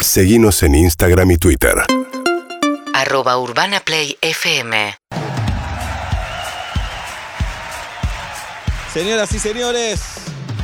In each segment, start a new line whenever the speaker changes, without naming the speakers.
Seguimos en Instagram y Twitter.
arroba urbanaplayfm.
Señoras y señores,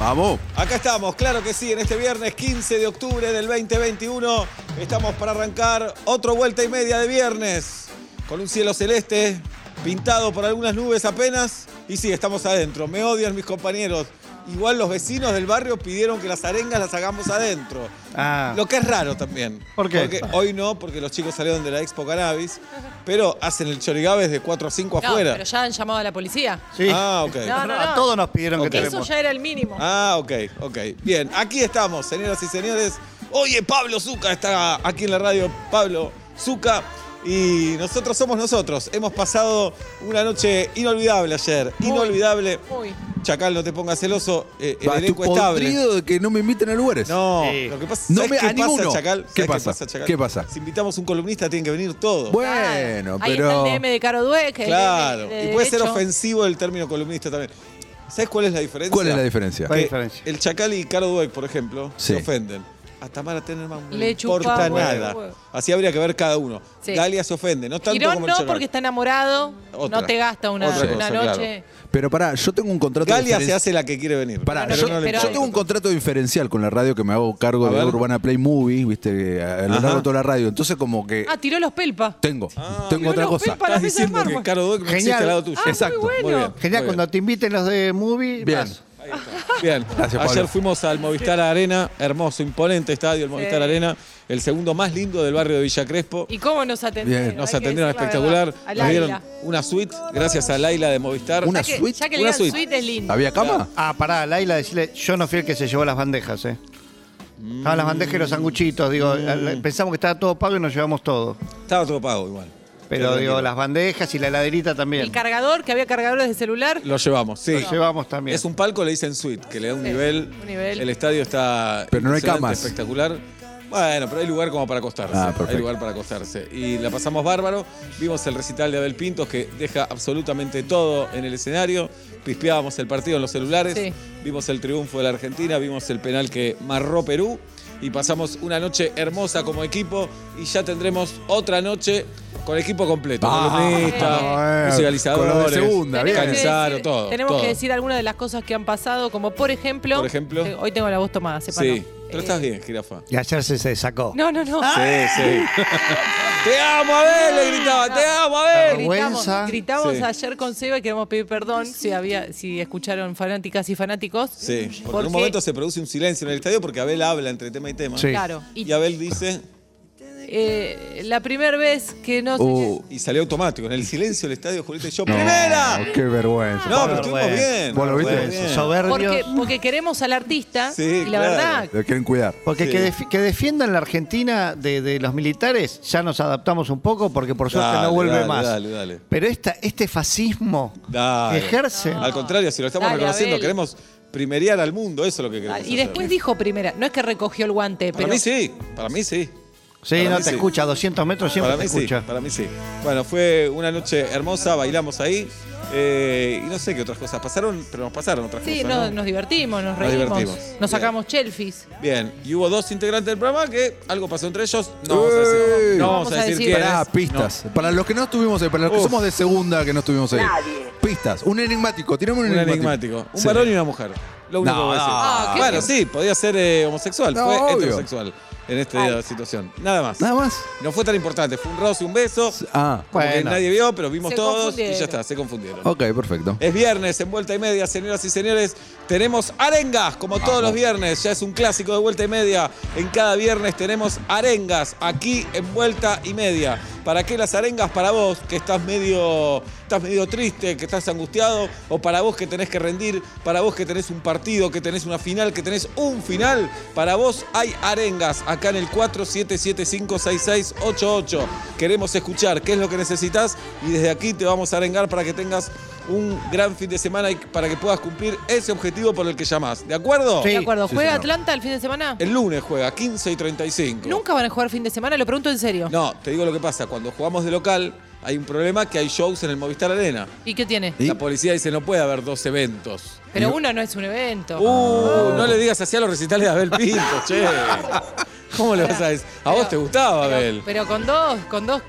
Vamos.
Acá estamos, claro que sí, en este viernes 15 de octubre del 2021 estamos para arrancar otro vuelta y media de viernes con un cielo celeste pintado por algunas nubes apenas y sí, estamos adentro. Me odian mis compañeros. Igual los vecinos del barrio pidieron que las arengas las hagamos adentro.
Ah.
Lo que es raro también.
¿Por qué?
Porque hoy no, porque los chicos salieron de la Expo Cannabis, pero hacen el chorigabe de 4 a 5
No,
afuera.
pero ya han llamado a la policía.
Sí.
Ah, ok.
No, no,
A
no.
todos nos pidieron
Ok.
que te
Eso
vemos.
ya era el mínimo.
Ah, ok, ok. Bien, aquí estamos, señoras y señores. Oye, Pablo Zuca está aquí en la radio, Pablo Zuca. Y nosotros somos nosotros. Hemos pasado una noche inolvidable ayer. Inolvidable.
Uy.
Chacal, no te pongas celoso. eh, el
Va, tu
elenco estable.
podrido de que no me inviten a lugares.
No,
Sí.
lo que pasa
No
¿sabés
me-
qué
a ninguno.
Pasa, Chacal?
¿Qué
¿Sabés
pasa?
Chacal?
¿Qué pasa?
Si invitamos un columnista, tienen que venir todos.
Bueno,
Ahí
pero.
está el DM de Caro Dueck. el
claro.
DM de
y puede ser
Derecho.
ofensivo el término columnista también. ¿Sabes cuál es la diferencia?
¿Cuál es la diferencia?
¿Cuál es
Que
la diferencia?
El Chacal y Caro Dweck, por ejemplo, se
Sí.
ofenden. A Tamara Tenerman no
Le
le importa
chupamos
nada.
el huevo.
Así habría que ver cada uno.
Sí.
Galia se ofende, no tanto
Girón
como el
no,
Chacal.
porque está enamorado.
Otra.
No te gasta una,
Otra
una
cosa,
noche.
Pero pará, yo tengo un contrato
Galia se
diferencial.
hace la que quiere venir.
Pará,
Bueno,
yo,
no le
yo
importa.
tengo un contrato diferencial con la radio que me hago cargo
A
de
ver.
Urbana Play Movie, viste, que a lo largo
Ajá.
de toda la radio. Entonces, como que
Ah, tiró los pelpa.
tengo,
Ah,
tengo
Tiró
otra
los
cosa.
pelpa a la
Estás
mesa de
diciendo que
mármol.
Caro Dweck no existe
Genial.
al lado tuyo.
Ah, muy
Exacto.
bueno.
Muy bien.
Genial,
Muy
cuando te inviten los de movie,
Bien.
vas.
Bien,
Gracias, Pablo.
ayer fuimos al Movistar Arena, hermoso, imponente estadio, el Movistar
Sí.
Arena, el segundo más lindo del barrio de Villa Crespo. Eh,
¿Y cómo nos atendieron?
Bien.
Nos
Hay que
atendieron
decir la
espectacular,
verdad. Al
nos dieron
Águila.
una suite, gracias a Laila de Movistar.
Una
Ya que-
suite.
Ya que le
Una
digan
suite.
suite es lindo.
¿Había cama?
Ah, pará, Laila, decirle, yo no fui el que se llevó las bandejas, ¿eh? Estaban las bandejas y los sanguchitos, digo, al- pensamos que estaba todo pago y nos llevamos todo.
Estaba todo pago igual.
Pero
Pero
digo,
tranquilo.
las bandejas y la heladerita también.
El cargador, que había cargadores de celular.
Lo llevamos, sí.
Lo llevamos también.
Es un palco, le dicen suite, que le da un,
Sí,
nivel.
un nivel.
El estadio está
Pero no hay
impresionante,
camas.
espectacular. Bueno, pero hay lugar como para acostarse.
Ah, perfecto.
Hay lugar para acostarse. Y la pasamos bárbaro. Vimos el recital de Abel Pintos que deja absolutamente todo en el escenario. Pispeábamos el partido en los celulares.
Sí.
Vimos el triunfo de la Argentina. Vimos el penal que marró Perú. Y pasamos una noche hermosa como equipo. Y ya tendremos otra noche con equipo completo.
Ah,
Columnista,
eh,
musicalizadores.
con los de segunda, bien.
Canizaro,
decir,
todo.
tenemos
todo.
que decir algunas de las cosas que han pasado, como por ejemplo.
Por ejemplo.
Eh, hoy tengo la voz tomada, sepa.
Sí,
no.
pero
Eh,
estás bien, jirafa.
Y ayer se, se sacó.
No, no, no.
Sí, sí. ¡Te amo, Abel! Le gritaba, ¡te amo, Abel!
Gritamos,
vergüenza.
gritamos
Sí.
ayer con Seba y queremos pedir perdón si había, si escucharon fanáticas y fanáticos.
Sí, porque, en
Porque-
un momento se produce un silencio en el estadio porque Abel habla entre tema y tema.
Sí.
Claro. Y
Y Abel dice,
eh, la primera vez que no
Uh,
y salió automático, en el silencio del estadio, Julieta y yo, ¡primera!
qué vergüenza.
No, pero estuvimos
Vergüenza.
bien.
Vos lo viste.
estuvimos bien.
porque,
Soberbios.
porque queremos al artista
Sí,
y la
claro.
verdad
Lo quieren cuidar.
Porque
Sí.
que, defi- que defiendan la Argentina de, de los militares, ya nos adaptamos un poco porque por suerte
Dale,
no vuelve
dale,
más.
dale, dale.
Pero esta, este fascismo
Dale.
que ejerce.
Al contrario, si lo estamos
Dale,
reconociendo,
Abel.
queremos primerear al mundo, eso es lo que queremos.
ah, y
hacer.
después dijo primera, no es que recogió el guante,
Para
pero
mí sí, para mí sí.
Sí,
Para
no
mí
te
sí.
escucha, a 200 metros siempre
Para mí
te escucha.
sí, para mí sí. Bueno, fue una noche hermosa, bailamos ahí. eh, y no sé qué otras cosas pasaron, pero nos pasaron otras
sí,
cosas.
no-
¿no?
nos divertimos, nos reímos, nos,
divertimos. Bien.
sacamos chelfis.
Bien, y hubo dos integrantes del programa que algo pasó entre ellos. No vamos a decir,
¡Ey!
no vamos a decir quiénes.
Pará, pistas. Para los que no estuvimos ahí, para los que
Uf.
somos de segunda que no estuvimos ahí. Pistas. Un enigmático. Tirame un,
Un enigmático. Un
Sí.
varón y una mujer. Lo único
No,
que voy a decir.
no.
Ah, qué
bueno,
bien.
sí, podía ser eh, homosexual.
No,
fue
obvio.
heterosexual en esta situación. Nada más.
Nada más.
No fue tan importante. Fue un roce, un beso.
Ah,
Como que
Bueno.
nadie vio, pero vimos
Se
todos y
confundieron.
ya está, se confundieron.
ok, perfecto.
Es viernes en Vuelta y Media, señoras y señores. Tenemos arengas, como todos los viernes. Ya es un clásico de Vuelta y Media. En cada viernes tenemos arengas aquí en Vuelta y Media. ¿Para qué las arengas? Para vos, que estás medio, estás medio triste, que estás angustiado, o para vos que tenés que rendir, para vos que tenés un partido, que tenés una final, que tenés un final. Para vos hay arengas acá en el 47756688. Queremos escuchar qué es lo que necesitas y desde aquí te vamos a arengar para que tengas un gran fin de semana y para que puedas cumplir ese objetivo por el que llamás. ¿De acuerdo?
Sí.
¿De acuerdo?
sí,
¿Juega
señor.
Atlanta el fin de semana?
El lunes juega 15 y 35.
Nunca van a jugar fin de semana, lo pregunto en serio.
No, te digo lo que pasa. Cuando jugamos de local, hay un problema que hay shows en el Movistar Arena.
¿Y qué tiene?
¿Y?
La policía dice no puede haber dos eventos.
Ah.
Pero uno no es un evento.
Uh, no le digas así a los recitales de Abel Pinto, che. ¿Cómo le vas a decir? A vos
Pero-
te gustaba,
pero-
Abel.
Pero con dos, con dos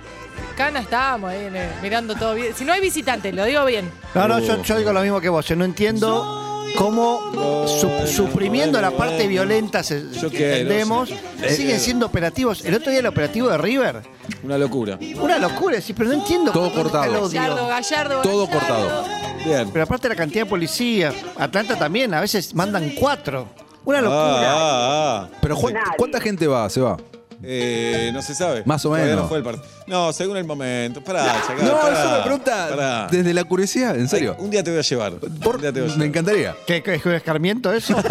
canas estábamos ahí en el- mirando todo bien. Si no hay visitantes, lo digo bien.
No, no, yo, yo digo lo mismo que vos. Yo no entiendo cómo su-
Bueno,
suprimiendo la
bueno,
parte
bueno.
violenta se,
Yo
que
quiero,
entendemos,
sí.
siguen
Quiero.
siendo operativos. El otro día el operativo de River,
Una locura.
una locura, sí, pero no entiendo.
Todo
dónde está el
cortado.
odio.
Gallardo, Gallardo.
Todo
Gallardo.
cortado.
Bien.
Pero aparte la cantidad de policía, Atlanta también, a veces mandan cuatro. Una locura.
Ah, ah, ah.
Pero Juan, ¿cuánta gente va? Se va.
Eh, no se sabe.
Más o
Todavía
menos.
No, fue el part- no, según el momento. Pará, Chacal,
No,
pará,
eso me pregunta
pará.
desde la curiosidad, en serio.
Ay, Un día te voy a llevar.
Por-
Un día te voy a
me
llevar.
encantaría.
¿Qué, qué es un escarmiento eso?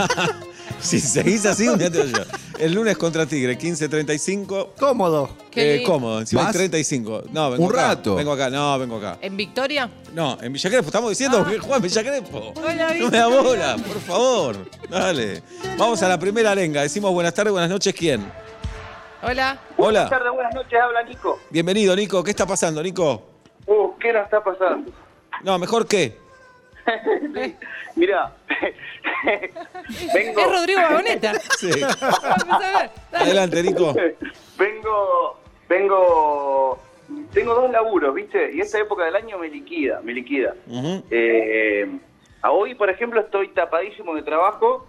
Si seguís así, un día te voy a llevar. El lunes contra Tigre, 15.35.
Cómodo.
Qué
Eh,
lindo.
cómodo, encima hay
¿Vas?
35. No, vengo
Un
acá.
rato.
Vengo acá, no, vengo acá.
¿En Victoria?
No, en Villa Crespo, estamos diciendo que Juan Villa Crespo.
Ah. Hola,
no me da bola, por favor. Dale. Vamos a la primera arenga. Decimos buenas tardes, buenas noches, ¿quién?
Hola.
Buenas
Hola.
tardes, buenas noches, habla Nico.
Bienvenido, Nico. ¿Qué está pasando, Nico?
Uh, ¿qué nos está pasando?
No, mejor qué.
Mira, vengo,
Es Rodrigo Vagoneta.
Sí.
Empezá a ver. Dale.
Adelante, Nico.
vengo, vengo, tengo dos laburos, ¿viste? Y esta época del año me liquida, me liquida.
Ujú.
Eh, a hoy, por ejemplo, estoy tapadísimo de trabajo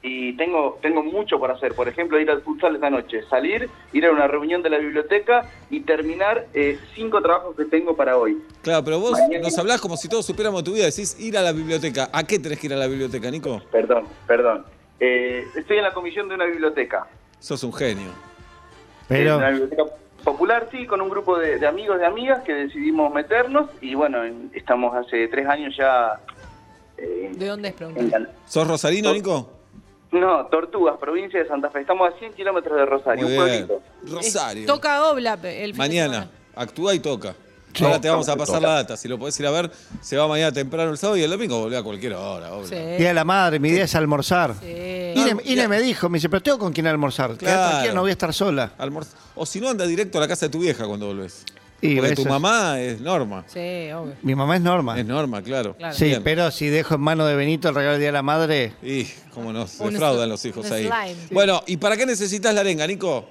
y tengo, tengo mucho por hacer. Por ejemplo, ir al futsal esta noche, salir, ir a una reunión de la biblioteca y terminar eh, cinco trabajos que tengo para hoy.
Claro, pero vos nos hablás como si todos supiéramos tu vida. Decís ir a la biblioteca. ¿A qué tenés que ir a la biblioteca, Nico?
Perdón, perdón. Eh, estoy en la comisión de una biblioteca.
Sos un genio.
Pero
En la biblioteca popular, sí, con un grupo de, de amigos, de amigas que decidimos meternos y bueno, en- estamos hace tres años ya... eh,
¿De dónde es
en
preguntar?
Can-
¿Sos rosarino, Nico?
no, Tortugas, provincia de Santa Fe. Estamos a 100 kilómetros de Rosario,
Muy
un
bien.
pueblito.
Rosario.
Es- Toca Obla el fin de
Mañana,
semana.
actúa y toca. Ahora te vamos a pasar la data. Si lo podés ir a ver, se va mañana temprano el sábado y el domingo volvés a cualquier hora. obvio.
Día de la Madre, mi idea es almorzar.
Sí.
Ine, Ine me dijo, me dice, pero tengo con quién almorzar. Quedá
Claro.
tranquila, no voy a estar sola.
Almorz- O si no, anda directo a la casa de tu vieja cuando volvés.
Y
Porque tu
veces-
mamá es Norma.
Sí, obvio.
Mi mamá es Norma.
Es Norma, claro.
Claro.
Ah. Sí,
Bien.
pero si dejo en mano de Benito el regalo del Día de la Madre,
Y cómo nos
Un
defraudan
sl-
los hijos
un
ahí.
slime.
Bueno, ¿y para qué necesitas la arenga, Nico?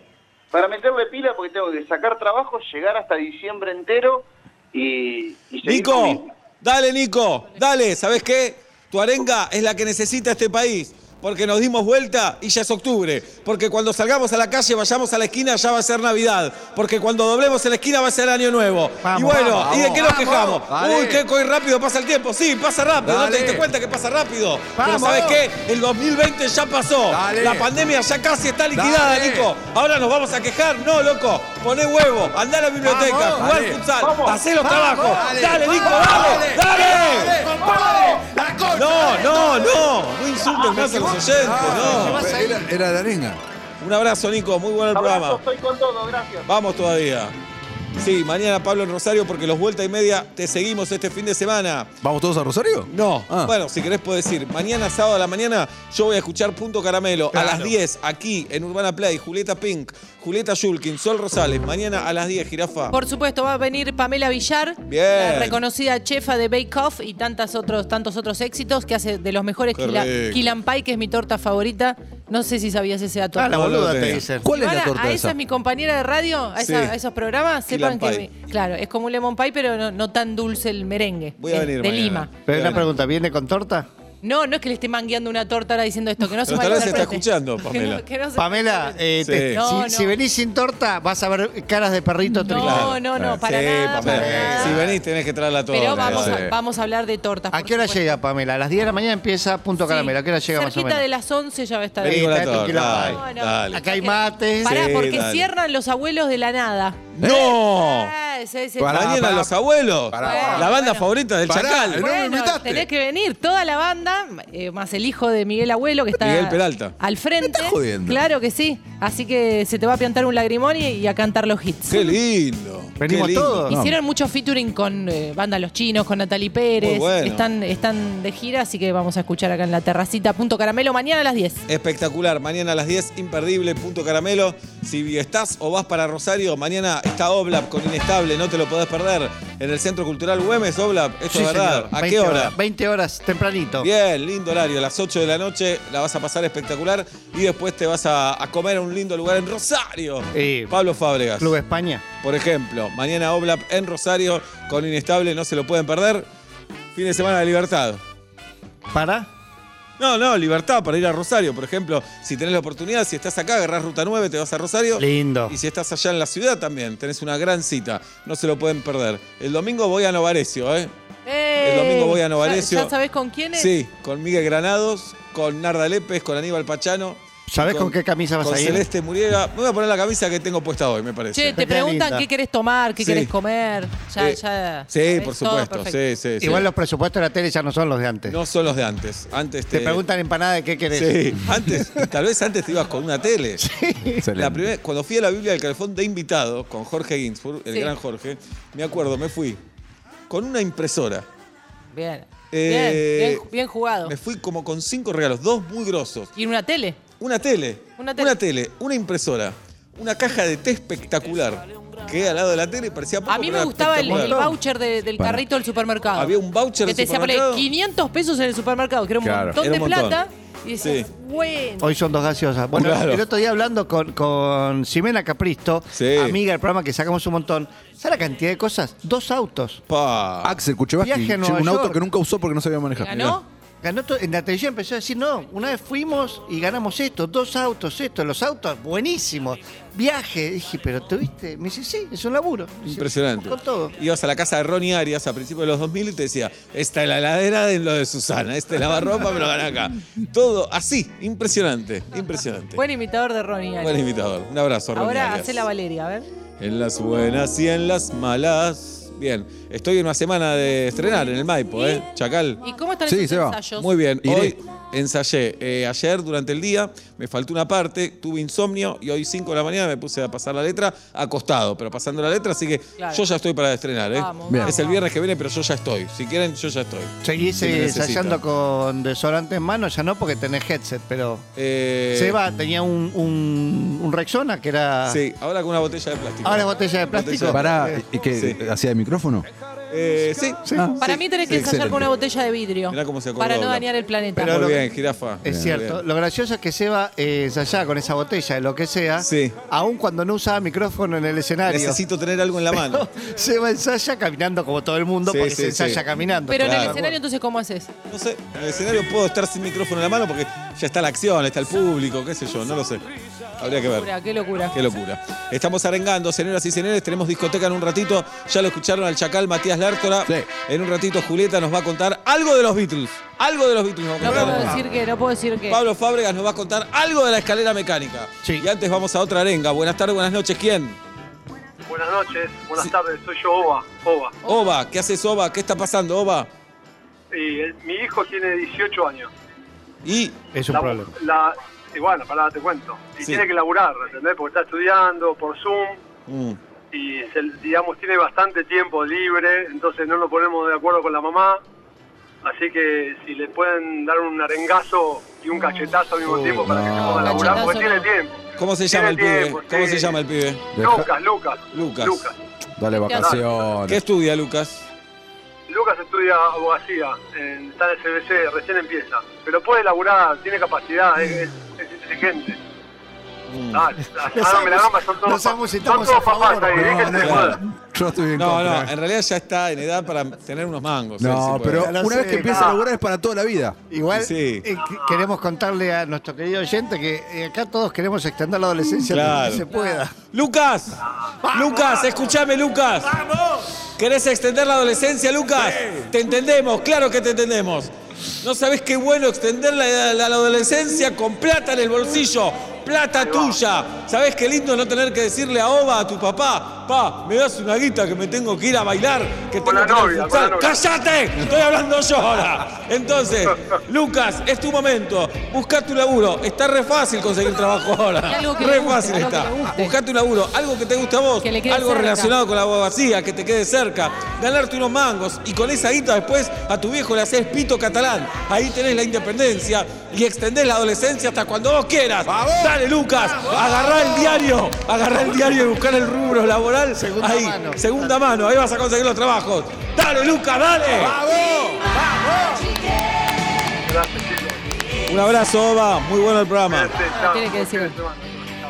Para meterle pila porque tengo que sacar trabajo, llegar hasta diciembre entero y... y seguir con mi-
Nico, dale, Nico, dale. ¿Sabes qué? Tu arenga es la que necesita este país. Porque nos dimos vuelta y ya es octubre. Porque cuando salgamos a la calle, vayamos a la esquina, ya va a ser Navidad. Porque cuando doblemos en la esquina va a ser Año Nuevo.
Vamos,
y bueno,
vamos,
¿y de qué nos
vamos.
quejamos?
Dale.
Uy, qué co- rápido pasa el tiempo. Sí, pasa rápido. No
Dale.
te diste cuenta que pasa rápido. Pero
Vamos.
¿sabes qué? El 2020 ya pasó.
Dale.
La pandemia ya casi está liquidada,
Dale.
Nico. Ahora nos vamos a quejar. No, loco. Poné huevo, andá a la biblioteca,
Vamos.
jugá al
Dale.
futsal,
Vamos.
hacé los
Vamos.
trabajos. Dale,
Dale.
Nico,
Vamos.
dale, dale.
¡La concha!
No, no, no. No insultes más a los oyentes,
Ah, era, era de arenga.
no. Un abrazo, Nico. Muy bueno el
Abrazo,
programa.
estoy con todo, gracias.
Vamos todavía. Sí, mañana Pablo en Rosario porque los vuelta y media te seguimos este fin de semana.
¿Vamos todos a Rosario?
No,
Ah.
bueno, si querés podés ir. Mañana sábado a la mañana yo voy a escuchar Punto Caramelo a las 10 aquí en Urbana Play, Julieta Pink, Julieta Yulkin, Sol Rosales. Mañana a las 10, jirafa.
Por supuesto, va a venir Pamela Villar,
Bien.
la reconocida chefa de Bake Off y tantas otros, tantos otros éxitos que hace de los mejores
Qué
quila-
rico.
quilan pie, que es mi torta favorita. No sé si sabías ese dato.
ah, la
No lo
boluda te
tenía.
dicen.
¿Cuál es
Ivana,
la torta
a
esa?
es mi compañera de radio, a, esa-
Sí.
a esos programas,
Quilan
sepan que...
pie.
me- claro, es como un lemon pie, pero no, no tan dulce el merengue.
Voy a
Es
venir
De
mañana.
Lima.
Pero
Claro.
una pregunta, ¿viene con torta?
No, no es que le esté mangueando una torta ahora diciendo esto, que no se
Pero tal vez se está
malinterprete.
escuchando,
Que
Pamela.
no- que no se-
Pamela, eh,
Sí.
te-
No,
si,
no.
si venís sin torta, vas a ver caras de perrito
No,
triste.
no, no,
Claro.
para
sí,
nada,
Pamela.
para nada.
Si venís tenés que traerla toda.
Pero vamos
Sí.
a, vamos a hablar de tortas.
¿A
por
qué hora
supuesto.
llega, Pamela? A las 10 de la mañana empieza Punto
Sí,
Caramelo. ¿A qué hora llega más o
cerquita
menos?
de las 11 ya va a estar
Vení con
ahí.
la
Está
torta.
tranquila.
Dale,
No, no.
dale.
Acá hay mates.
Pará,
Sí,
porque
dale.
cierran los abuelos de la nada.
¡No!
Ah, sí, sí.
Pará,
Mañana
pará.
los abuelos.
Pará.
La banda
Bueno.
favorita del
Pará,
Chacal.
no me
Bueno,
invitaste.
tenés que venir toda la banda, eh, más el hijo de Miguel Abuelo que está
Miguel Peralta.
al frente.
estás jodiendo.
Claro que sí. Así que se te va a piantar un lagrimón y, y a cantar los hits.
Qué lindo.
Venimos
Qué lindo.
todos.
Hicieron mucho featuring con eh, Banda Los Chinos, con Natalie Pérez.
Muy bueno.
Están, están de gira, así que vamos a escuchar acá en la terracita. Punto Caramelo, mañana a las 10.
Espectacular, mañana a las 10, imperdible, punto caramelo. Si estás o vas para Rosario, mañana está Oblap con Inestable, no te lo podés perder. en el Centro Cultural Güemes, Oblap. Esto
Sí,
es verdad.
señor.
¿A
20
qué hora?
Horas, 20 horas tempranito.
Bien, lindo horario, a las 8 de la noche la vas a pasar espectacular y después te vas a, a comer a un lindo lugar en Rosario.
Sí.
Pablo Fábregas.
Club España.
Por ejemplo, mañana Oblap en Rosario con Inestable, no se lo pueden perder. Fin de semana de libertad.
¿Para?
No, no, libertad para ir a Rosario, por ejemplo. Si tenés la oportunidad, si estás acá, agarrás Ruta 9, te vas a Rosario.
Lindo.
Y si estás allá en la ciudad también, tenés una gran cita. No se lo pueden perder. El domingo voy a Novarecio, ¿eh? El domingo voy a Novarecio.
Eh, ¿Ya, ya sabés con quiénes?
Sí, con Miguel Granados, con Narda Lépez, con Aníbal Pachano.
¿Sabés con qué camisa vas
con
a ir?
Celeste Muriega. Me voy a poner la camisa que tengo puesta hoy, me parece.
Che, te
Qué
preguntan
linda.
qué querés tomar, qué
Sí.
querés comer. Ya,
Eh,
ya.
Sí,
¿sabés?
por
Todo
supuesto.
perfecto.
Sí, sí, sí.
Igual los presupuestos de la tele ya no son los de antes.
No son los de antes. Antes
Te preguntan empanada de qué querés.
Sí, antes, tal vez antes te ibas con una tele. La primera- cuando fui a la Biblia del Calefón de invitado con Jorge Ginsburg, el
Sí.
gran Jorge, me acuerdo, me fui con una impresora.
Bien.
Eh,
bien, bien, bien jugado.
Me fui como con cinco regalos, dos muy grosos.
Y una tele.
Una tele.
Una tele.
una impresora. Una caja de té espectacular. Que al lado de la tele parecía poco,
A mí
pero
me
era
gustaba el, el
espectacular.
voucher de- del
Para.
carrito del supermercado.
Había un voucher
Que
del
te decía, ponle
supermercado.
500 pesos en el supermercado, que era un
Claro.
montón
Era
de
un montón.
plata. Y decías,
Sí.
bueno.
Hoy son dos gaseosas. Bueno,
Claro.
el otro día hablando con, con Ximena Capristo,
Sí.
amiga del programa que sacamos un montón, ¿sabes la cantidad de cosas? Dos autos.
Pa.
Ah,
Axel Kuchevaski
Viaje a Nueva
llegó un auto
York.
que nunca usó porque no sabía manejar.
¿Ganó?
Ganó to- en la televisión empezó a decir, no, una vez fuimos y ganamos esto, dos autos, esto, los autos, buenísimos. Viaje, dije, pero tuviste, me dice, sí, es un laburo. Dice,
Impresionante.
Con todo.
Ibas a la casa de Ronnie Arias a principios de los 2000 y te decía, esta es la heladera de lo de Susana, este es lavarropa, pero van acá. Todo así, impresionante, impresionante.
Buen imitador de Ronnie. Ale.
Buen invitador. Un abrazo, Ronnie
Ahora
Arias.
hace la Valeria, a ver.
En las buenas y en las malas. Bien, estoy en una semana de estrenar en el Maipo, ¿eh? Chacal.
¿Y cómo están
Sí,
esos
se va.
ensayos?
Muy bien,
Iré.
hoy ensayé. eh, ayer durante el día me faltó una parte, tuve insomnio y hoy 5 de la mañana me puse a pasar la letra acostado, pero pasando la letra, así que
Claro.
yo ya estoy para estrenar. ¿eh?
Vamos,
Bien.
Es el viernes que viene, pero yo ya estoy. Si quieren, yo ya estoy.
Seguís
Si me
eh,
necesitan.
ensayando con desodorante en mano, ya no porque tenés headset, pero...
Eh,
Seba tenía un, un, un Rexona que era...
Sí, ahora con una botella de plástico.
Ahora es botella de plástico.
Botella de
Pará,
Eh,
¿y qué?
Sí.
¿Hacía de micrófono?
Eh, sí,
Ah.
Para mí tenés que
sí,
ensayar
excelente.
con una botella de vidrio.
Mirá cómo se acordó
para no
hablar.
dañar el planeta.
Pero
Muy
lo-
bien, jirafa.
Es
Muy
cierto.
bien.
Lo gracioso es que Seba eh, ensayaba con esa botella, de lo que sea,
Sí.
aun cuando no usaba micrófono en el escenario.
Necesito tener algo en la mano.
Seba ensaya caminando como todo el mundo,
Sí,
porque
sí,
se ensaya
sí.
caminando.
Pero en el
Claro.
escenario, entonces, ¿cómo haces?
No sé, en el escenario puedo estar sin micrófono en la mano porque ya está la acción, está el público, qué sé yo, no lo sé. Habría que ver.
Locura, qué locura.
Qué locura. Estamos arengando, señoras y señores. Tenemos discoteca en un ratito. Ya lo escucharon al Chacal Matías Lártora.
Sí.
En un ratito Julieta nos va a contar algo de los Beatles. Algo de los Beatles nos va
No
a contar.
puedo decir que, no puedo decir que.
Pablo Fábregas nos va a contar algo de la escalera mecánica.
Sí.
Y antes vamos a otra arenga. Buenas tardes, buenas noches. ¿Quién?
Buenas noches, buenas tardes, soy yo, Oba. Oba.
Oba, ¿qué haces Oba? ¿Qué está pasando Oba?
Y el- mi hijo tiene 18 años.
Y
Es un
La-
problema.
la- y bueno, pará, te cuento. Y
Sí.
tiene que laburar, ¿entendés? Porque está estudiando por Zoom
mm,
y, se- digamos, tiene bastante tiempo libre, entonces no nos ponemos de acuerdo con la mamá. Así que si le pueden dar un arengazo y un cachetazo al mismo tiempo para que se
no.
ponga a laburar, porque
Cachetazo
tiene
no.
tiempo.
¿cómo se llama el
Tiene
pibe?
tiempo,
¿Cómo
sí.
se llama el pibe?
Deja-
Lucas, Lucas.
Lucas.
Lucas.
Dale
¿Qué
vacaciones.
estudia Lucas?
Lucas estudia abogacía, en, está en CBC, recién empieza. Pero puede laburar, tiene capacidad, es, es- es inteligente.
Mm.
Ah,
Los
no, me la
amos-
gamba, son todos,
los
pa-
amos
son
estamos
todos
a favor.
papás ahí,
No,
déjense de
no.
joder.
Yo estoy bien
este No, no,
contra.
en realidad ya está en edad para tener unos mangos. eh,
No,
si puede. Ah.
pero
Ya lo
una
sé,
vez que empieza
no.
a laburar es para toda la vida.
Igual
Sí.
eh, qu- queremos contarle a nuestro querido oyente que eh, acá todos queremos extender la adolescencia lo
Claro.
que se pueda.
Lucas, Lucas, escúchame, Lucas. ¿Querés extender la adolescencia, Lucas? Te entendemos, claro que te entendemos. ¿No sabés qué bueno extender la, la- la adolescencia con plata en el bolsillo? Plata tuya. ¿Sabés qué lindo no tener que decirle a Oba, a tu papá, pa, me das una guita que me tengo que ir a bailar, que tengo
Con la
que ir al
novia, con la
futsal"?
novia.
¡Cállate! Estoy hablando yo ahora. Entonces, Lucas, es tu momento. Busca tu laburo. Está re fácil conseguir trabajo ahora.
Y algo que
re
le guste,
fácil
algo
está.
que le guste.
Buscá tu laburo, algo que te gusta a vos,
Que le quede
algo
cerca.
relacionado con la abogacía, que te quede cerca, ganarte unos mangos y con esa guita después a tu viejo le haces pito catalán. Ahí tenés la independencia y extendés la adolescencia hasta cuando vos quieras. ¡Dale, Dale, Lucas, agarrá el diario, agarrá el diario y buscar el rubro laboral.
Segunda
ahí,
mano.
segunda mano, ahí vas a conseguir los trabajos. Dale, Lucas, dale.
Gracias, chicos.
Un abrazo, Oba, muy bueno el programa.
Cuídense, chao.
tiene que decir.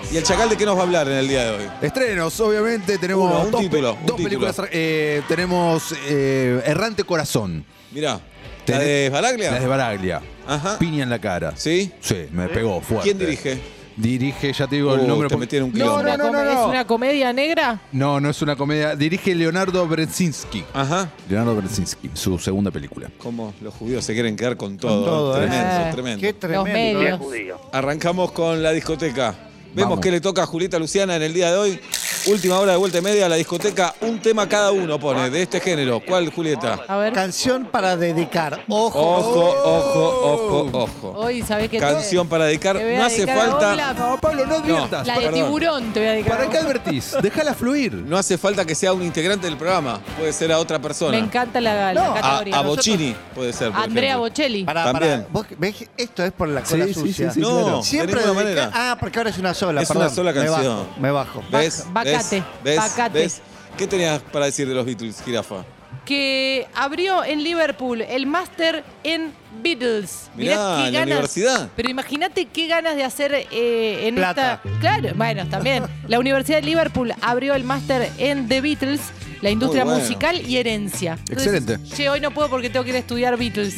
¿Y el chacal de qué nos va a hablar en el día de hoy?
Estrenos, obviamente, tenemos
Uno, un
dos,
título,
pe-
un
dos
título.
películas. eh, tenemos eh, Errante Corazón.
Mirá, ¿la
Tenés-
de
La de
Baraglia?
Baraglia.
Ajá.
Piña en la cara.
¿Sí?
Sí, me pegó fuerte.
¿Quién dirige?
Dirige, ya te digo
Uh,
el nombre.
te
porque-
metí en un
no,
quilombo.
no,
Una
no, no,
come- ¿Es
no.
una comedia negra?
No, no es una comedia. Dirige Leonardo Brzezinski.
Ajá.
Leonardo Brzezinski, su segunda película.
Cómo los judíos se quieren quedar con todo.
todo, ¿eh?
tremendo,
Eh.
tremendo.
Qué
Los
tremendo.
medios.
judío.
Arrancamos con la discoteca. Vemos
Vamos.
qué le toca a Julieta Luciana en el día de hoy. Última hora de vuelta y media, la discoteca, un tema cada uno pone, de este género. ¿Cuál, Julieta?
A ver.
¿eh? Canción para dedicar. Ojo.
Ojo, ojo, ojo, ojo.
Hoy, ¿sabés qué?
Canción para dedicar,
Te voy a
no hace
dedicar a vos
falta.
la-
No, Pablo, no adviertas.
La de
Perdón.
tiburón te voy a dedicar.
¿Para qué advertís? Déjala fluir.
No hace falta que sea un integrante del programa, puede ser a otra
Me
persona.
encanta la, la
No,
A,
categoría.
a Bocini puede ser. por
Andrea
ejemplo.
Bocelli.
Pará, pará.
Oh, También.
Vos ves, esto es por la cola
Sí, sí,
sucia.
sí, sí.
No,
claro.
Siempre
de ninguna
dedica-
manera.
Ah, porque ahora es una sola.
Es una
perdón.
sola
Me
canción.
bajo, Me bajo.
¿Ves?
Bacate,
¿Ves?
bacate.
¿Ves? ¿Qué tenías para decir de los Beatles, jirafa?
Que abrió en Liverpool el máster en Beatles.
Mirá, en la universidad.
Pero imagínate qué ganas de hacer eh, en
Plata.
esta. Claro, bueno, también. La Universidad de Liverpool abrió el máster en The Beatles, la industria
bueno.
musical y herencia.
Excelente.
Che, hoy no puedo porque tengo que ir a estudiar Beatles.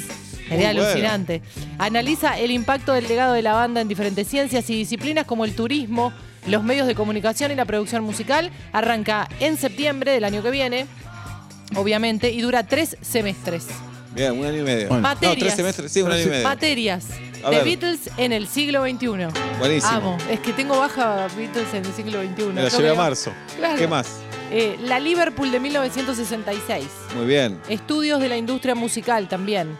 Sería
Muy bueno.
alucinante. Analiza el impacto del legado de la banda en diferentes ciencias y disciplinas como el turismo, los medios de comunicación y la producción musical. Arranca en septiembre del año que viene, obviamente, y dura tres semestres.
Bien, un año y medio.
Bueno.
No,
Materias.
tres semestres, sí, un año y medio.
Materias.
A
The
ver.
Beatles en el siglo XXI.
Buenísimo.
Amo. Es que tengo baja Beatles en el siglo XXI.
Me lo
Yo
llevé a
veo-
marzo.
Claro.
¿Qué más?
Eh, la Liverpool de 1966.
Muy bien.
Estudios de la industria musical también.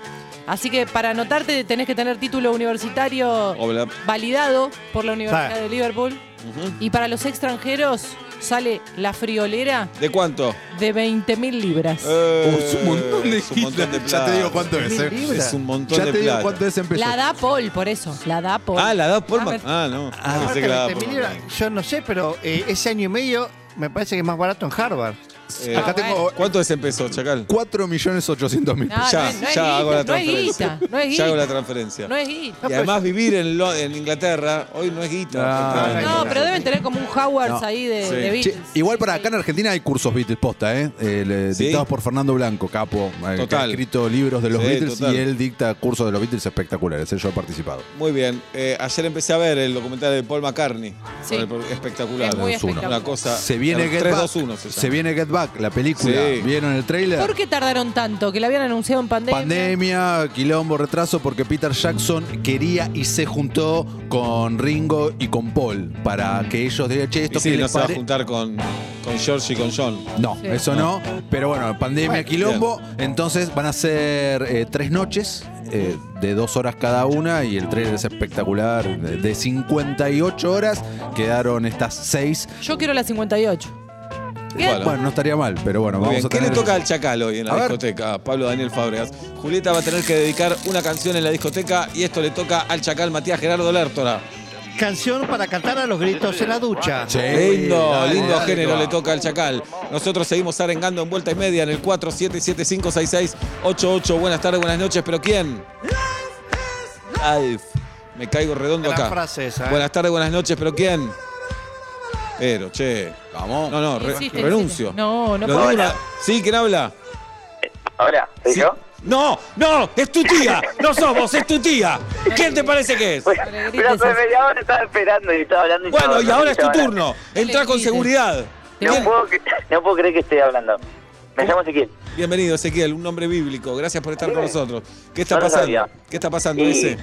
Así que para anotarte tenés que tener título universitario
Hola.
validado por la Universidad
Claro.
de Liverpool.
Ujú.
Y para los extranjeros sale la friolera
¿De cuánto?
de 20.000 libras.
Eh,
Oh, es un montón de
es un montón de
gilas. Ya te digo cuánto es.
Mil
eh.
libras.
Es un montón
Ya
de
te digo
plata.
cuánto es en pesos.
La da Paul, por eso. La da Paul.
Ah, la da por
Ah,
ma-
per-
Ah, no.
Aparte,
Pensé que la da
20.000
por
libras, yo no sé, pero eh, ese año y medio me parece que es más barato en Harvard.
Eh,
Ah,
Acá tengo
¿Cuánto es en pesos, Chacal?
4 millones 800 mil.
No, no,
ya,
es- no es
ya hago la
guita, no es
transferencia.
guita, no es
Ya
guita.
hago la transferencia.
No es guita.
y además vivir en, lo- en Inglaterra hoy no es guita.
No,
Totalmente.
No, pero deben tener como un Howards
No.
ahí de,
Sí.
de
Che,
Beatles.
igual para acá en Argentina hay cursos Beatles posta, ¿eh? Eh, le-
Sí.
Dictados por Fernando Blanco, capo. eh, que
Total.
ha escrito libros de los
Sí,
Beatles
total.
y él dicta cursos de los Beatles espectaculares. eh, Yo he participado.
Muy bien. Eh, ayer empecé a ver el documental de Paul McCartney.
Sí.
Con el pro- espectacular.
Es muy
Dos, uno.
espectacular.
Una cosa.
Se viene Get Back.
3-2-1 se llama.
viene Get Back, la película.
Sí.
¿Vieron el trailer?
¿Por qué tardaron tanto? Que la habían anunciado en pandemia.
Pandemia, quilombo, retraso, porque Peter Jackson quería y se juntó con Ringo y con Paul para que ellos digan, che, esto
Y sí,
que
no
les
se va a
pare-
juntar con, con George y con John.
No,
Sí.
eso no. Pero bueno, pandemia, quilombo. Entonces van a ser eh, tres noches eh, de dos horas cada una y el trailer es espectacular. De de 58 horas quedaron estas seis.
Yo quiero la 58. ¿Qué?
Bueno.
Bueno, no estaría mal, pero bueno,
Muy
vamos
bien.
a
¿Qué
tener...
le toca al Chacal hoy en la
A ver.
discoteca? A Pablo Daniel Fábregas. Julieta va a tener que dedicar una canción en la discoteca y esto le toca al Chacal Matías Gerardo Lertora.
Canción para cantar a los gritos en la ducha.
Sí,
lindo,
dale,
lindo
dale,
género
va.
le toca al Chacal. Nosotros seguimos arengando en vuelta y media en el 47756688. Buenas tardes, buenas noches, pero ¿quién? Alf. Me caigo redondo
Gran
acá.
frase esa, ¿eh?
Buenas tardes, buenas noches, pero ¿quién? Pero, che.
Vamos.
No, no, re-
Insiste,
renuncio.
insiste. No, no
Lo
puedo.
digo una- ¿Sí? ¿Quién habla?
Hola, ¿soy
Sí.
yo?
No, no, es tu tía. No somos, es tu tía. ¿Quién te parece que es?
Bueno,
le grites
pero hace
eso.
media hora estaba esperando y estaba hablando.
Bueno,
estaba-
y ahora es tu
estaba-
turno. Entra con seguridad.
No puedo, cre- no puedo creer que esté hablando. Me llamo Ezequiel.
Bienvenido, Ezequiel, un nombre bíblico. Gracias por estar con nosotros. ¿Qué está
No lo
pasando?
sabía.
¿Qué está pasando,
Y-
ese?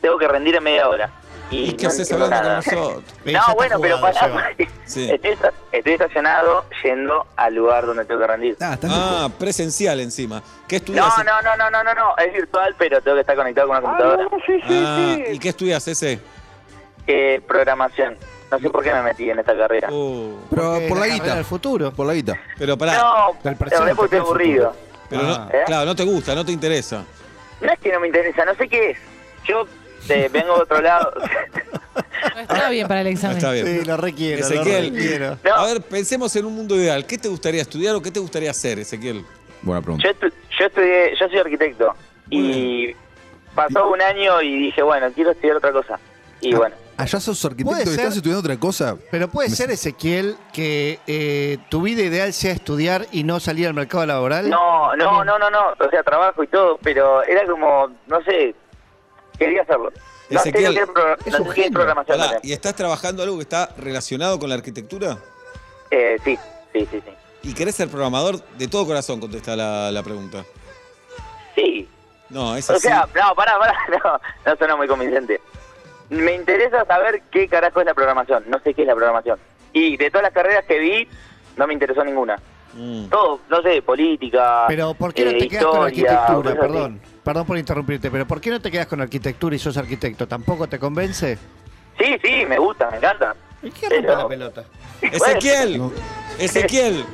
Tengo que rendir en media hora.
¿Y qué
no
haces
entiendo
hablando
nada.
con nosotros?
Eh, ya está
No, bueno, pero
jugado,
pará.
Seba.
Sí.
Estoy, esta- estoy estacionado yendo al lugar donde tengo que rendir.
Ah, estás
Ah, presencial encima. ¿Qué estudias?
No, no, no, no, no, no, no. Es virtual, pero tengo que estar conectado con una computadora.
Ah, ¿Y qué estudias, ese?
Eh, programación. No sé por qué me metí en esta carrera.
Uh,
Pero
Eh,
por la
carrera del
guita.
futuro.
Por la guita.
pero pará.
No,
Del
la verdad
presente,
porque estoy
del futuro.
aburrido.
pero no,
¿Eh?
claro, no te gusta, no te interesa.
No es que no me interesa, no sé qué es. Yo eh, vengo de otro lado.
No está bien para el
No
examen.
Ah, está bien.
Sí, lo requiero. lo
Ezequiel,
requiero.
y- a ver, pensemos en un mundo ideal. ¿Qué te gustaría estudiar o qué te gustaría hacer, Ezequiel?
Buena
Yo,
pregunta.
estu- yo estudié, yo soy arquitecto y pasó un año y dije, bueno, quiero estudiar otra cosa.
Ah,
Y bueno,
Allá sos arquitecto y
Puede
estás
ser.
estudiando otra cosa.
Pero puede
Me-
ser, Ezequiel, que eh, tu vida ideal sea estudiar y no salir al mercado laboral.
no, no, no, no, no, o sea, trabajo y todo, pero era como, no sé, quería hacerlo. No sé
Ezequiel,
qué es pro-
es
no
un
sé qué es
genio.
programación.
Pará,
también.
¿y estás trabajando algo que está relacionado con la arquitectura?
Eh, sí, sí, sí, sí.
¿Y querés ser programador? De todo corazón contesta la, la pregunta.
Sí,
No, es
o
así.
sea, no, pará, pará, no, no suena muy convincente. Me interesa saber qué carajo es la programación, no sé qué es la programación. Y de todas las carreras que vi, no me interesó ninguna.
Mm.
Todo, no sé, política.
Pero ¿por qué no
eh,
te quedas con
historia,
arquitectura?
cosas
Perdón, perdón por interrumpirte, pero ¿por qué no te quedas con arquitectura y sos arquitecto? ¿Tampoco te convence?
así. Sí, sí, me gusta, me encanta.
¿Y qué
Pero-
rompe la pelota?
Ezequiel,
No.
Ezequiel,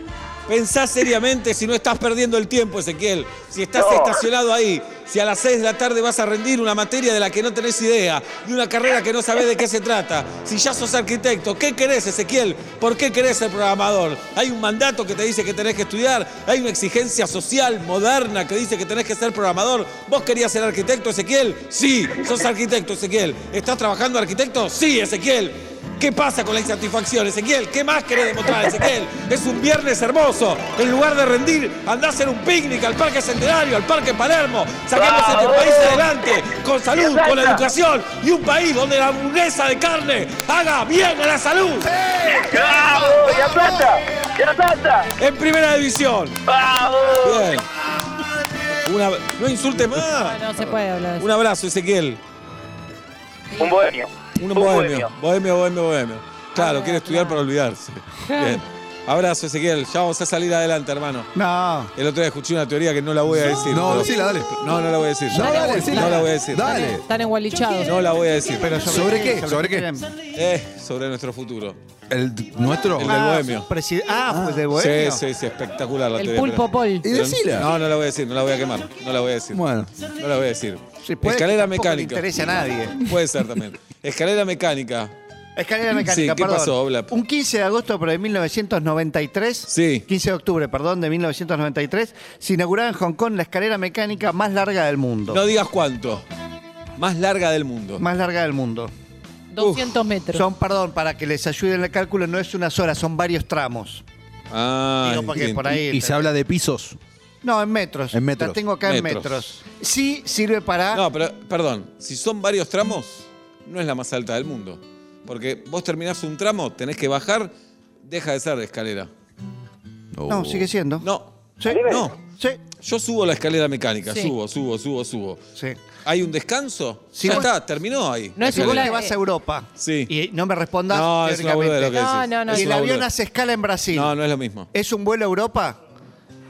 pensá seriamente si no estás perdiendo el tiempo, Ezequiel. Si estás
No.
estacionado ahí, si a las 6 de la tarde vas a rendir una materia de la que no tenés idea, de una carrera que no sabés de qué se trata, si ya sos arquitecto, ¿qué querés, Ezequiel? ¿Por qué querés ser programador? Hay un mandato que te dice que tenés que estudiar, hay una exigencia social moderna que dice que tenés que ser programador. ¿Vos querías ser arquitecto, Ezequiel? Sí, sos arquitecto, Ezequiel. ¿Estás trabajando arquitecto? Sí, Ezequiel. ¿Qué pasa con la insatisfacción, Ezequiel? ¿Qué más querés demostrar, Ezequiel? Es un viernes hermoso. En lugar de rendir, andá a hacer un picnic al Parque Centenario, al Parque Palermo. Saquemos este
¡Bravo!
país adelante, con salud, con la educación y un país donde la hamburguesa de carne haga bien a la salud.
¡Bravo! ¡Ya plata! ¡Ya plata!
En primera división.
¡Bravo!
Bien. Una- no insultes
No,
más.
no se puede hablar de eso.
Un abrazo, Ezequiel.
Un bohemio.
Un bohemio. Bohemio, bohemio, bohemio. Claro, quiere estudiar para olvidarse. Bien. Abrazo, Ezequiel. Ya vamos a salir adelante, hermano.
No.
El otro día escuché una teoría que no la voy a decir.
No,
pero-
decila, dale.
No, no la voy a decir.
No, dale, decila.
No la voy a decir.
Dale.
Están engualichados.
No la voy a decir.
Pero
¿Sobre qué? ¿Sobre qué?
Eh, sobre nuestro futuro.
El t- nuestro.
El del bohemio.
Presi- ah, pues de bohemio.
Sí, sí, sí, espectacular la
El
teoría.
pulpo
pero-
pol.
Y decila.
No, no la voy a decir, no la voy a quemar. No la voy a decir.
Bueno.
No la voy a decir.
Sí, puede que
Escalera
tampoco le
mecánica.
interese a nadie.
Puede ser también. Escalera mecánica.
Escalera mecánica,
Sí, ¿qué
perdón.
pasó, Oblap?
Un 15 de agosto pero de 1993,
Sí.
15 de octubre, perdón, de 1993, se inauguraba en Hong Kong la escalera mecánica más larga del mundo.
No digas cuánto. Más larga del mundo.
Más larga del mundo.
200 metros.
Son, perdón, para que les ayuden el cálculo, no es una sola, son varios tramos.
Ah,
Digo, porque
entiendo.
por ahí.
Y se habla de pisos.
No, en metros.
En metros.
La tengo acá en
Metros.
metros. Sí sirve
Ah.
para.
No, pero perdón, si son varios tramos, no es la más alta del mundo. Porque vos terminás un tramo, tenés que bajar, deja de ser escalera.
No, sigue siendo.
No,
Sí.
no.
Sí.
Yo subo la escalera mecánica,
Sí.
subo, subo, subo, subo.
Sí.
¿Hay un descanso?
Sí.
ya está, terminó ahí.
No es
Si vos
igual eh.
te
a-
vas a Europa
Sí.
y no me respondas
No, es una boludez lo que
teóricamente,
decís.
No, no, no,
Es
y el
una
avión
boludez.
hace escala en Brasil.
No, no es lo mismo.
¿Es un vuelo a Europa?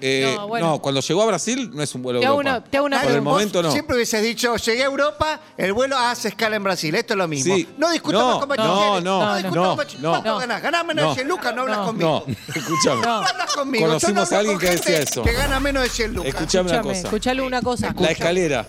Eh, no,
No, bueno.
cuando llegó a Brasil no es un vuelo a
Te hago
Europa.
una- te hago una
Por el
Claro, vos
momento no.
Siempre hubieses dicho, llegué a Europa, el vuelo hace escala en Brasil. Esto es lo mismo.
Sí.
No discutamos
No, no,
con bachilleres,
no,
discutamos
no,
con bachilleres.
no.
¿Cuánto ganás? Ganame menos
No.
de 100 lucas, no hablas
No.
conmigo.
No, escuchame.
No.
No hablas conmigo. Yo no
Conocimos
hablo
a alguien
con
que decía
gente
eso.
Que gana menos de 100 lucas.
Escuchame una
Escúchame,
cosa.
escuchale una cosa.
La escalera.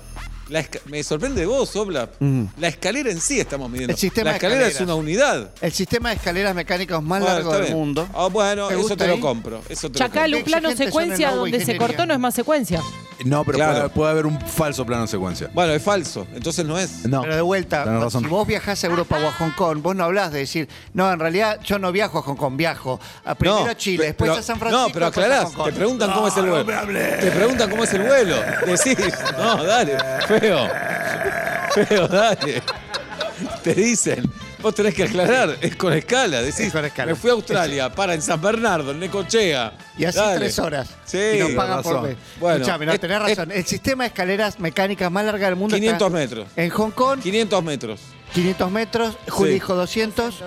La esca- me sorprende de vos, Oblap. La escalera en sí estamos midiendo.
Mm. El sistema
la
de
escalera es una
escaleras.
unidad.
El sistema de escaleras mecánicas más
Bueno,
largo
está
del
bien.
mundo.
Ah, bueno,
¿Te
eso
gusta
te lo
ahí?
compro. Eso te lo
Chacal, un
Qué
plano
exigentes son en
secuencia
la
donde se
ingeniería.
cortó no es más secuencia.
No, pero
Claro.
puede, puede haber un falso plano en secuencia.
Bueno, es falso. Entonces no es.
No.
Pero de vuelta,
Tenés razón.
si vos viajás a Europa o a Hong Kong, vos no hablás de decir, no, en realidad yo no viajo a Hong Kong, viajo a primero a Chile,
pe-
después
pero-
a San Francisco.
No, pero
después a
aclarás.
Hong Kong.
Te preguntan cómo es el vuelo. te preguntan cómo es el vuelo. Decís, no, dale, feo. Feo, dale. Te dicen, vos tenés que aclarar, es con escala. Decís,
Es con escala.
me fui a Australia, para en San Bernardo, en Necochea.
Y así
Dale.
tres horas.
Sí,
y nos pagan
tenés
por
razón.
mes.
Bueno,
Escuchame, no,
es-
tenés
es-
razón. El sistema de escaleras mecánicas más larga del mundo
500
está
metros.
en Hong Kong,
500 metros.
500 metros. Juli dijo 200.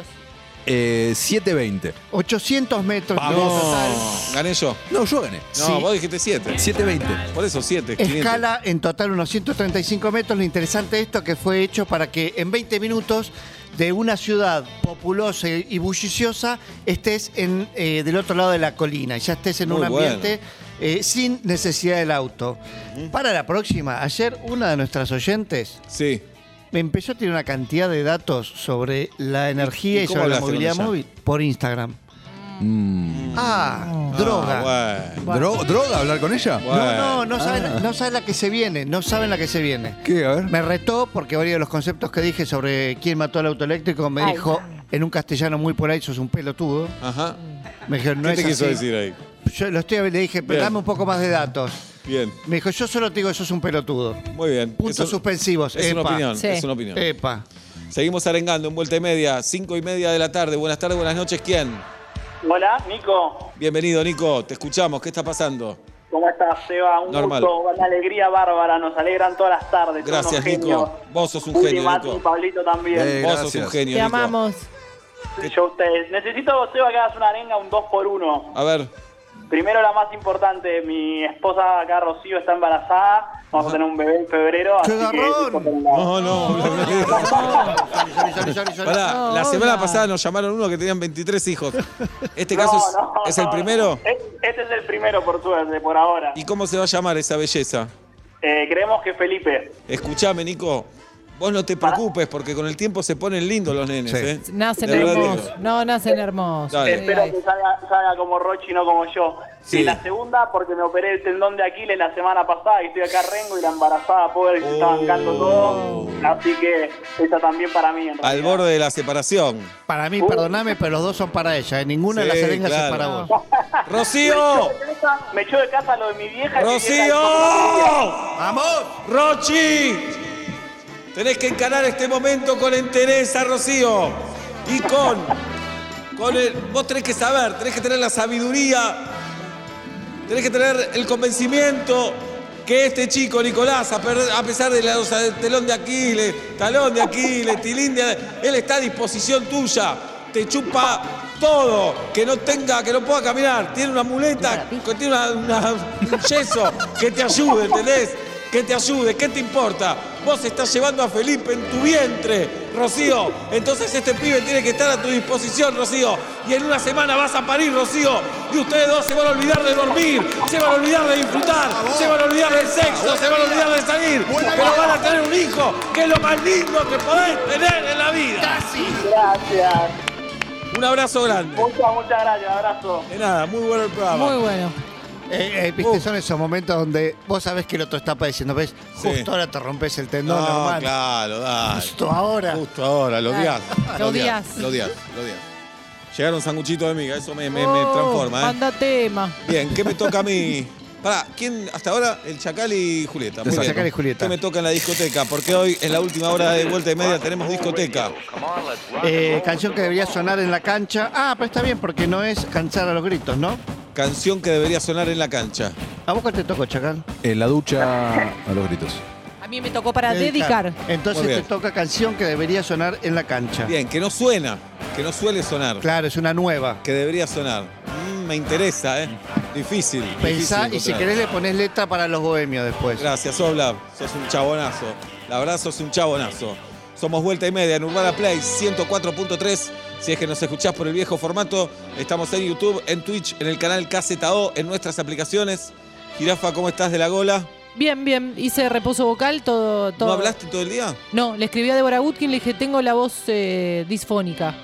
Eh, 720.
800 metros.
Vamos. Gané yo.
No, yo gané.
No,
Sí.
vos dijiste 7.
720.
Por eso 7.
Escala en total unos 135 metros. Lo interesante de esto que fue hecho para que en 20 minutos de una ciudad populosa y y bulliciosa estés en, eh, del otro lado de la colina, y ya estés en
Muy
un
bueno.
ambiente eh, sin necesidad del auto. Para la próxima, ayer una de nuestras oyentes
Sí.
me empezó a tirar una cantidad de datos sobre la energía y,
cómo
sobre la
hablaste con
movilidad
ella?
móvil por Instagram. Ah,
Ah,
droga.
bueno.
¿Dro- ¿Droga hablar con ella?
No, no, no saben, no saben la que se viene, no saben la que se viene.
¿Qué? A ver.
Me retó porque varios de los conceptos que dije sobre quién mató al auto eléctrico me
Ay.
dijo en un castellano muy por ahí, sos un pelotudo.
Ajá.
Me dijo, no
¿Qué
es
te quiso
así.
decir ahí?
Yo lo estoy, le dije, pero
Bien.
dame un poco más de datos.
Bien,
Me dijo, yo solo te digo, sos un pelotudo.
muy bien.
Puntos
Eso-
suspensivos.
Es una
Epa.
opinión,
Sí.
es una opinión.
Epa.
Seguimos arengando en vuelta y media, cinco y media de la tarde. Buenas tardes, buenas noches. ¿Quién?
Hola, Nico.
Bienvenido, Nico. Te escuchamos. ¿Qué está pasando?
¿Cómo estás, Seba? Un
Normal.
gusto, una alegría bárbara. Nos alegran todas las tardes. son
Gracias,
unos
Nico.
genios.
Vos sos un
Juli,
genio,
Mati
Nico.
y Pablito también.
Eh,
Vos sos
gracias.
un genio,
Te
Nico.
amamos.
Yo a ustedes. Necesito, Seba, que hagas una arenga, un 2x1.
A ver,
Primero, la más importante. Mi esposa acá, Rocío, está embarazada. Vamos a tener un bebé en febrero.
¡Qué
así que-
garrón!
Ah. no, no.
Sorry, sorry, sorry, sorry, sorry.
Pará,
No,
la semana
hola.
pasada nos llamaron uno que tenían 23 hijos. ¿Este
No,
caso es,
no,
es el
no.
primero?
Es- Este es el primero, por suerte, por ahora.
¿Y cómo se va a llamar esa belleza?
Eh, creemos que Felipe.
Escuchame, Nico. Vos no te preocupes porque con el tiempo se ponen lindos los nenes.
Sí.
¿eh?
Nacen
De verdad
hermosos.
digo.
No, nacen hermosos.
Dale.
Sí,
Espero
ay.
que salga, salga como Rochi, no como yo.
Sí.
Y la segunda, porque me operé el tendón de Aquiles la semana pasada y estoy acá rengo y la embarazada pobre que se está
Oh.
bancando todo. Así que esa también para mí. En
Al
realidad.
borde de la separación.
Para mí, perdoname, pero los dos son para ella. ¿eh? Ninguna de
Sí,
las arengas
claro.
es para vos.
¡Rocío!
Me echó de casa- Me echó de casa lo de mi vieja. que viene la-
¡Rocío!
¡Vamos!
¡Rochi! Tenés que encarar este momento con entereza, Rocío. Y con. con el- vos tenés que saber, tenés que tener la sabiduría, tenés que tener el convencimiento que este chico, Nicolás, a, per- a pesar de la, o sea, del telón de Aquiles, talón de Aquiles, tilín de. Él está a disposición tuya. Te chupa todo, que no tenga, que no pueda caminar, tiene una muleta, que tiene una- una- un yeso, que te ayude, ¿entendés? Que te ayude, ¿qué te importa? Vos estás llevando a Felipe en tu vientre, Rocío. Entonces este pibe tiene que estar a tu disposición, Rocío. Y en una semana vas a parir, Rocío. Y ustedes dos se van a olvidar de dormir, se van a olvidar de disfrutar, se van a olvidar del sexo, se van a olvidar de salir. Pero van a tener un hijo, que es lo más lindo que podés tener en la vida.
Gracias.
Un abrazo grande.
Muchas, muchas gracias. Abrazo.
De nada, muy bueno el programa.
Muy bueno.
Eh, eh, Viste, son esos momentos donde vos sabés que el otro está padeciendo. ¿Ves?
Sí.
Justo ahora te rompes el tendón, hermano.
claro, dale.
Justo ahora.
Justo ahora, lo odias.
Lo odias.
Lo odias, lo odias. Llegaron sanguchitos de miga, eso me, me- me
Oh,
transforma. ¿eh?
Manda tema.
Bien, ¿qué me toca a mí? Pará, ¿quién hasta ahora? El Chacal y Julieta. Muy
El
bien.
Chacal y Julieta.
¿Qué me toca en la discoteca? Porque hoy, en la última hora de vuelta y media, tenemos discoteca.
Eh, canción que debería sonar en la cancha. Ah, pero está bien porque no es cansar a los gritos, ¿no?
Canción que debería sonar en la cancha.
¿A vos cuál te tocó, Chacal?
En la ducha a los gritos.
A mí me tocó para dedicar.
Entonces
Muy bien.
te toca canción que debería sonar en la cancha.
Bien, que no suena, que no suele sonar,
Claro, es una nueva.
que debería sonar. Mm, me interesa, ¿eh? Difícil.
Pensá
difícil
y si
encontrar.
querés le ponés letra para los bohemios después.
Gracias, Oblab. Sos un chabonazo. La verdad, sos un chabonazo. Somos vuelta y media en Urbana Play 104.3. Si es que nos escuchás por el viejo formato, estamos en YouTube, en Twitch, en el canal KZO, en nuestras aplicaciones. Jirafa, ¿cómo estás de la gola?
Bien, bien. Hice reposo vocal, todo. todo.
¿No hablaste todo el día?
No, le escribí a Débora Gutkin, le dije, tengo la voz eh, disfónica.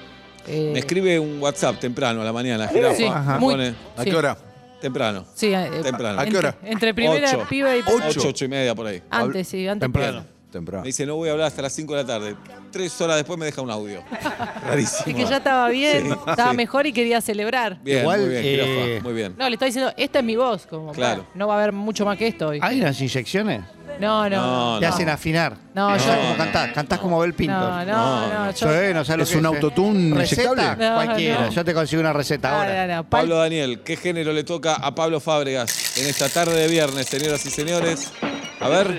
Eh,
Me escribe un WhatsApp temprano a la mañana, Jirafa.
Sí,
Ajá.
Me
muy-
pone
¿A
sí,
qué hora?
temprano.
Sí, eh,
Temprano.
¿A qué hora?
Entre, entre primera Ah.
Ocho.
piba y
Ocho.
Ocho, ocho y media por ahí.
antes, sí, antes.
Temprano. Temprano.
Me dice, no voy a hablar hasta las 5 de la tarde. Tres horas después me deja un audio. Rarísimo.
Es que ya estaba bien,
Sí,
estaba
sí.
mejor y quería celebrar.
Bien,
Igual,
muy bien, Jirafa.
eh,
Muy bien.
No, le estaba diciendo, esta es mi voz. Como,
Claro.
pa, No va a haber mucho más que esto hoy.
¿Hay unas inyecciones?
No, no.
No,
Te
no.
hacen afinar.
No,
Eso
yo-
es como cantás, cantás como Bel Pinto.
No, no, no, yo-
Sí, no sabes lo
¿Es
que
un
¿eh?
autotune
¿Receta?
inyectable?
No,
Cualquiera.
no.
Yo te consigo una receta
No,
ahora.
no, no. Pal-
Pablo Daniel, ¿qué género le toca a Pablo Fábregas en esta tarde de viernes, señoras y señores? A ver,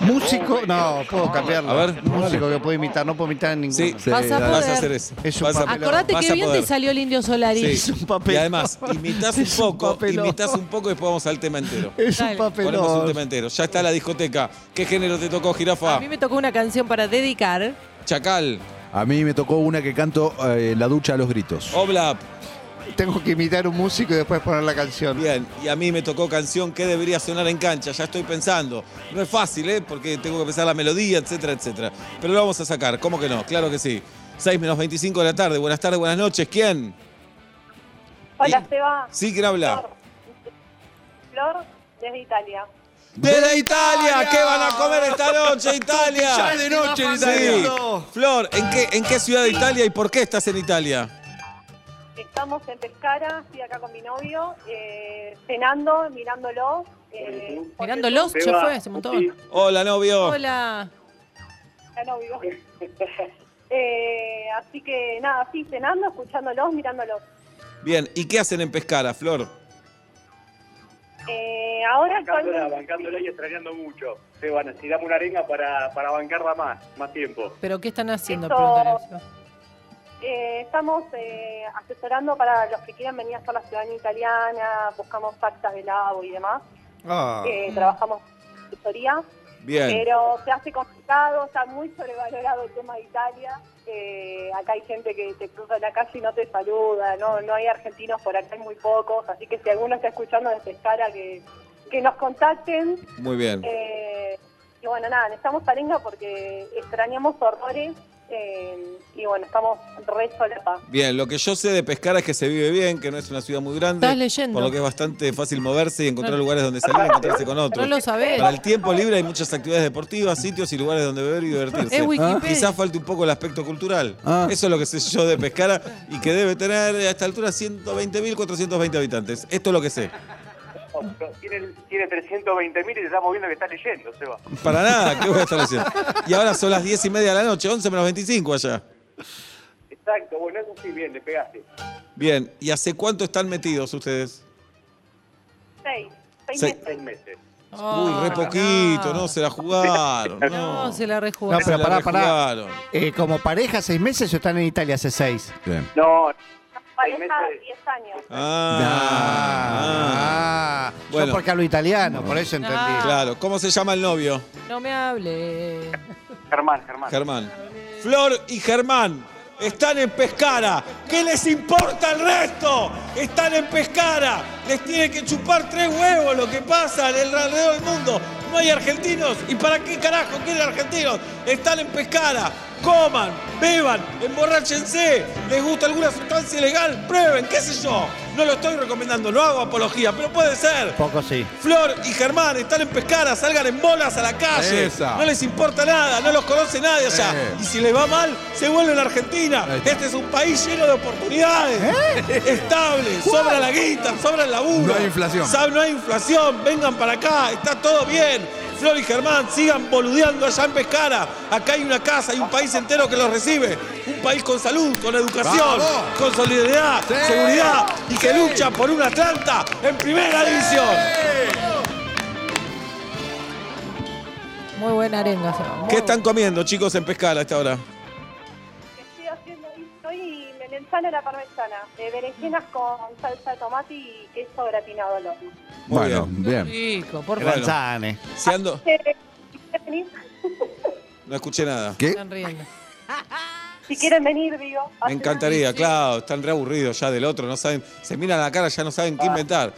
Músico, no, puedo cambiarlo.
A ver.
músico que puedo imitar, no puedo imitar en ninguno.
sí,
Sí,
Vas a
dale.
eh, vas a
poder.
hacer eso.
Es un
Vas a-
papelón.
Acordate
vas
que
a
bien
poder.
te salió el indio Solari.
Sí.
Es un papelón.
Y además, imitás un
Es un
poco,
papelón.
imitás un poco y después vamos al tema entero.
Es
Dale.
un
Ponemos un tema
papelón.
entero. Ya está la discoteca. ¿Qué género te tocó,
A
jirafa?
mí me tocó una canción para dedicar.
Chacal, Oh.
A mí me tocó una que canto eh, en la ducha a los gritos.
Oblap,
tengo que imitar un músico y después poner la canción.
Bien, y a mí me tocó canción que debería sonar en cancha, ya estoy pensando. No es fácil, ¿eh? Porque tengo que pensar la melodía, etcétera, etcétera. Pero lo vamos a sacar, ¿cómo que no? Claro que sí. 6 menos 25 de la tarde, buenas tardes, buenas noches, ¿quién?
Hola,
Y-
Seba.
Sí, ¿quién habla?
Flor, desde Italia.
¡Desde Italia! ¿Qué van a comer esta noche, Italia?
Ya es de noche en
Sí.
Italia.
Flor, ¿en qué, ¿en qué ciudad de Italia y por qué estás en Italia?
Estamos en Pescara, estoy acá con mi novio, eh, cenando, mirándolo. eh, porque
Mirando los,
son-
ya fue hace un montón.
Hola, novio.
Hola.
Ya no vivo. Eh, así que nada, sí, cenando, escuchándolos, mirándolos.
Bien, ¿y qué hacen en Pescara, Flor?
Eh, ahora
Bancándola,
actualmente,
bancándola y extrañando mucho. Seba, necesitamos una arenga para, para bancarla más, más tiempo.
¿Pero qué están haciendo?
Eso-
Pregúntale.
eh, estamos eh, asesorando para los que quieran venir a hacer la ciudadanía italiana, buscamos actas de labo y demás.
Ah.
Eh, trabajamos en asesoría.
Bien.
Pero se hace complicado, está muy sobrevalorado el tema de Italia. Eh, acá hay gente que te cruza en la calle y no te saluda, no no hay argentinos por acá, hay muy pocos. Así que si alguno está escuchando desde Pescara, que, que nos contacten.
Muy bien.
Eh, y bueno, nada, necesitamos arenga porque extrañamos horrores eh, y bueno, estamos re solapas.
Bien, lo que yo sé de Pescara es que se vive bien, que no es una ciudad muy grande.
Estás leyendo.
Por lo que es bastante fácil moverse y encontrar
No.
lugares donde salir y encontrarse con
No
otros.
lo sabés.
Para el tiempo libre hay muchas actividades deportivas, sitios y lugares donde beber y divertirse.
Es Wikipedia.
Quizás falte un poco el aspecto cultural.
Ah.
Eso es lo que sé yo de Pescara y que debe tener a esta altura 120.420 habitantes. Esto es lo que sé.
Tiene, tiene 320 mil y te estamos viendo que está leyendo, Seba.
Para nada, ¿qué voy a estar haciendo? Y ahora son las 10 y media de la noche, 11 menos 25 allá.
Exacto, bueno, eso sí, bien, le pegaste.
Bien, ¿y hace cuánto están metidos ustedes?
Seis, seis
Seis.
meses.
Seis meses.
Uy, re
Ah,
poquito, no, se la jugaron.
No,
No,
se la rejugó.
No,
se
pero
la
pará, pará.
rejugaron.
Eh, como pareja, seis meses o están en Italia hace seis.
Bien.
No,
Pareja,
meses.
diez años.
Ah,
Ah,
Bueno.
Yo porque hablo italiano, por eso entendí.
ah, claro. ¿Cómo se llama el novio?
No me hable.
Germán, Germán.
Germán. Flor y Germán están en Pescara. ¿Qué les importa el resto? Están en Pescara. Les tiene que chupar tres huevos lo que pasa en el alrededor del mundo. No hay argentinos. ¿Y para qué carajo quieren argentinos? Están en Pescara. Coman, beban, emborráchense. ¿Les gusta alguna sustancia ilegal? Prueben, qué sé yo. No lo estoy recomendando, no hago apología, pero puede ser.
Poco sí.
Flor y Germán están en pescara, salgan en bolas a la calle.
Esa.
No les importa nada, no los conoce nadie allá.
Eh.
Y si les va mal, se vuelven a Argentina.
Ahí está. ¿Eh?
Este es un país lleno de oportunidades. Estable, sobra la guita, sobra el laburo.
No hay inflación.
Sa- No hay inflación, vengan para acá, está todo bien. Flor y Germán, sigan boludeando allá en Pescara. Acá hay una casa, hay un país entero que los recibe. Un país con salud, con educación,
¡Vamos!
con solidaridad,
Sí.
seguridad y que
Sí.
lucha por una Atlanta en primera división.
Muy buena arenga. Seba, muy
¿Qué están comiendo, chicos, en Pescara a esta hora?
Estoy haciendo, estoy melenzana a la parmesana, eh, berenjenas con salsa de tomate y queso gratinado al horno.
Muy
Bueno,
bien.
bien.
Rico, por
Bueno.
favor.
Ranzane.
Si ando-
Eh, si quieren venir-
No escuché nada.
¿Qué?
Están riendo.
Si quieren venir, digo.
Me encantaría, claro, están reaburridos ya del otro, no saben, se miran a la cara, ya no saben qué inventar.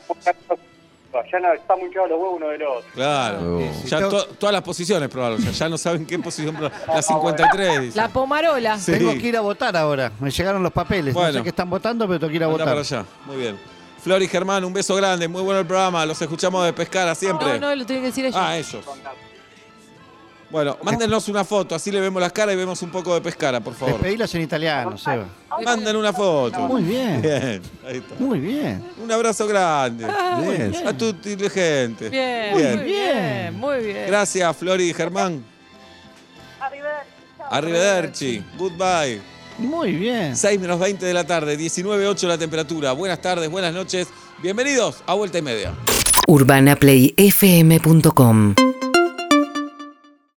Ya no, está muy los huevos uno del otro.
Claro.
Oh.
sí.
Ya to- todas las posiciones probaron, ya, ya no saben qué posición probaron. La 53, dice.
La pomarola.
Sí.
Tengo que ir a votar ahora. Me llegaron los papeles.
Bueno.
No sé qué están votando, pero tengo que ir a
Andá
votar.
para allá, muy bien. Flor y Germán, un beso grande, muy bueno el programa, los escuchamos de Pescara
No,
siempre.
no, lo tiene que decir ella.
Ah, ellos. Bueno, mándenos una foto, así le vemos las caras y vemos un poco de Pescara, por favor.
Despedilos en italiano, Seba.
Manden una foto.
Muy bien.
Bien, ahí está.
Muy bien.
Un abrazo grande.
Bien.
A tu gente.
Bien, muy bien, muy bien.
Gracias, Flori y Germán.
Arriba.
Arrivederci. Goodbye.
Muy bien.
6 menos 20 de la tarde, 19.8 la temperatura. Buenas tardes, buenas noches. Bienvenidos a Vuelta y Media.
UrbanaPlayFM.com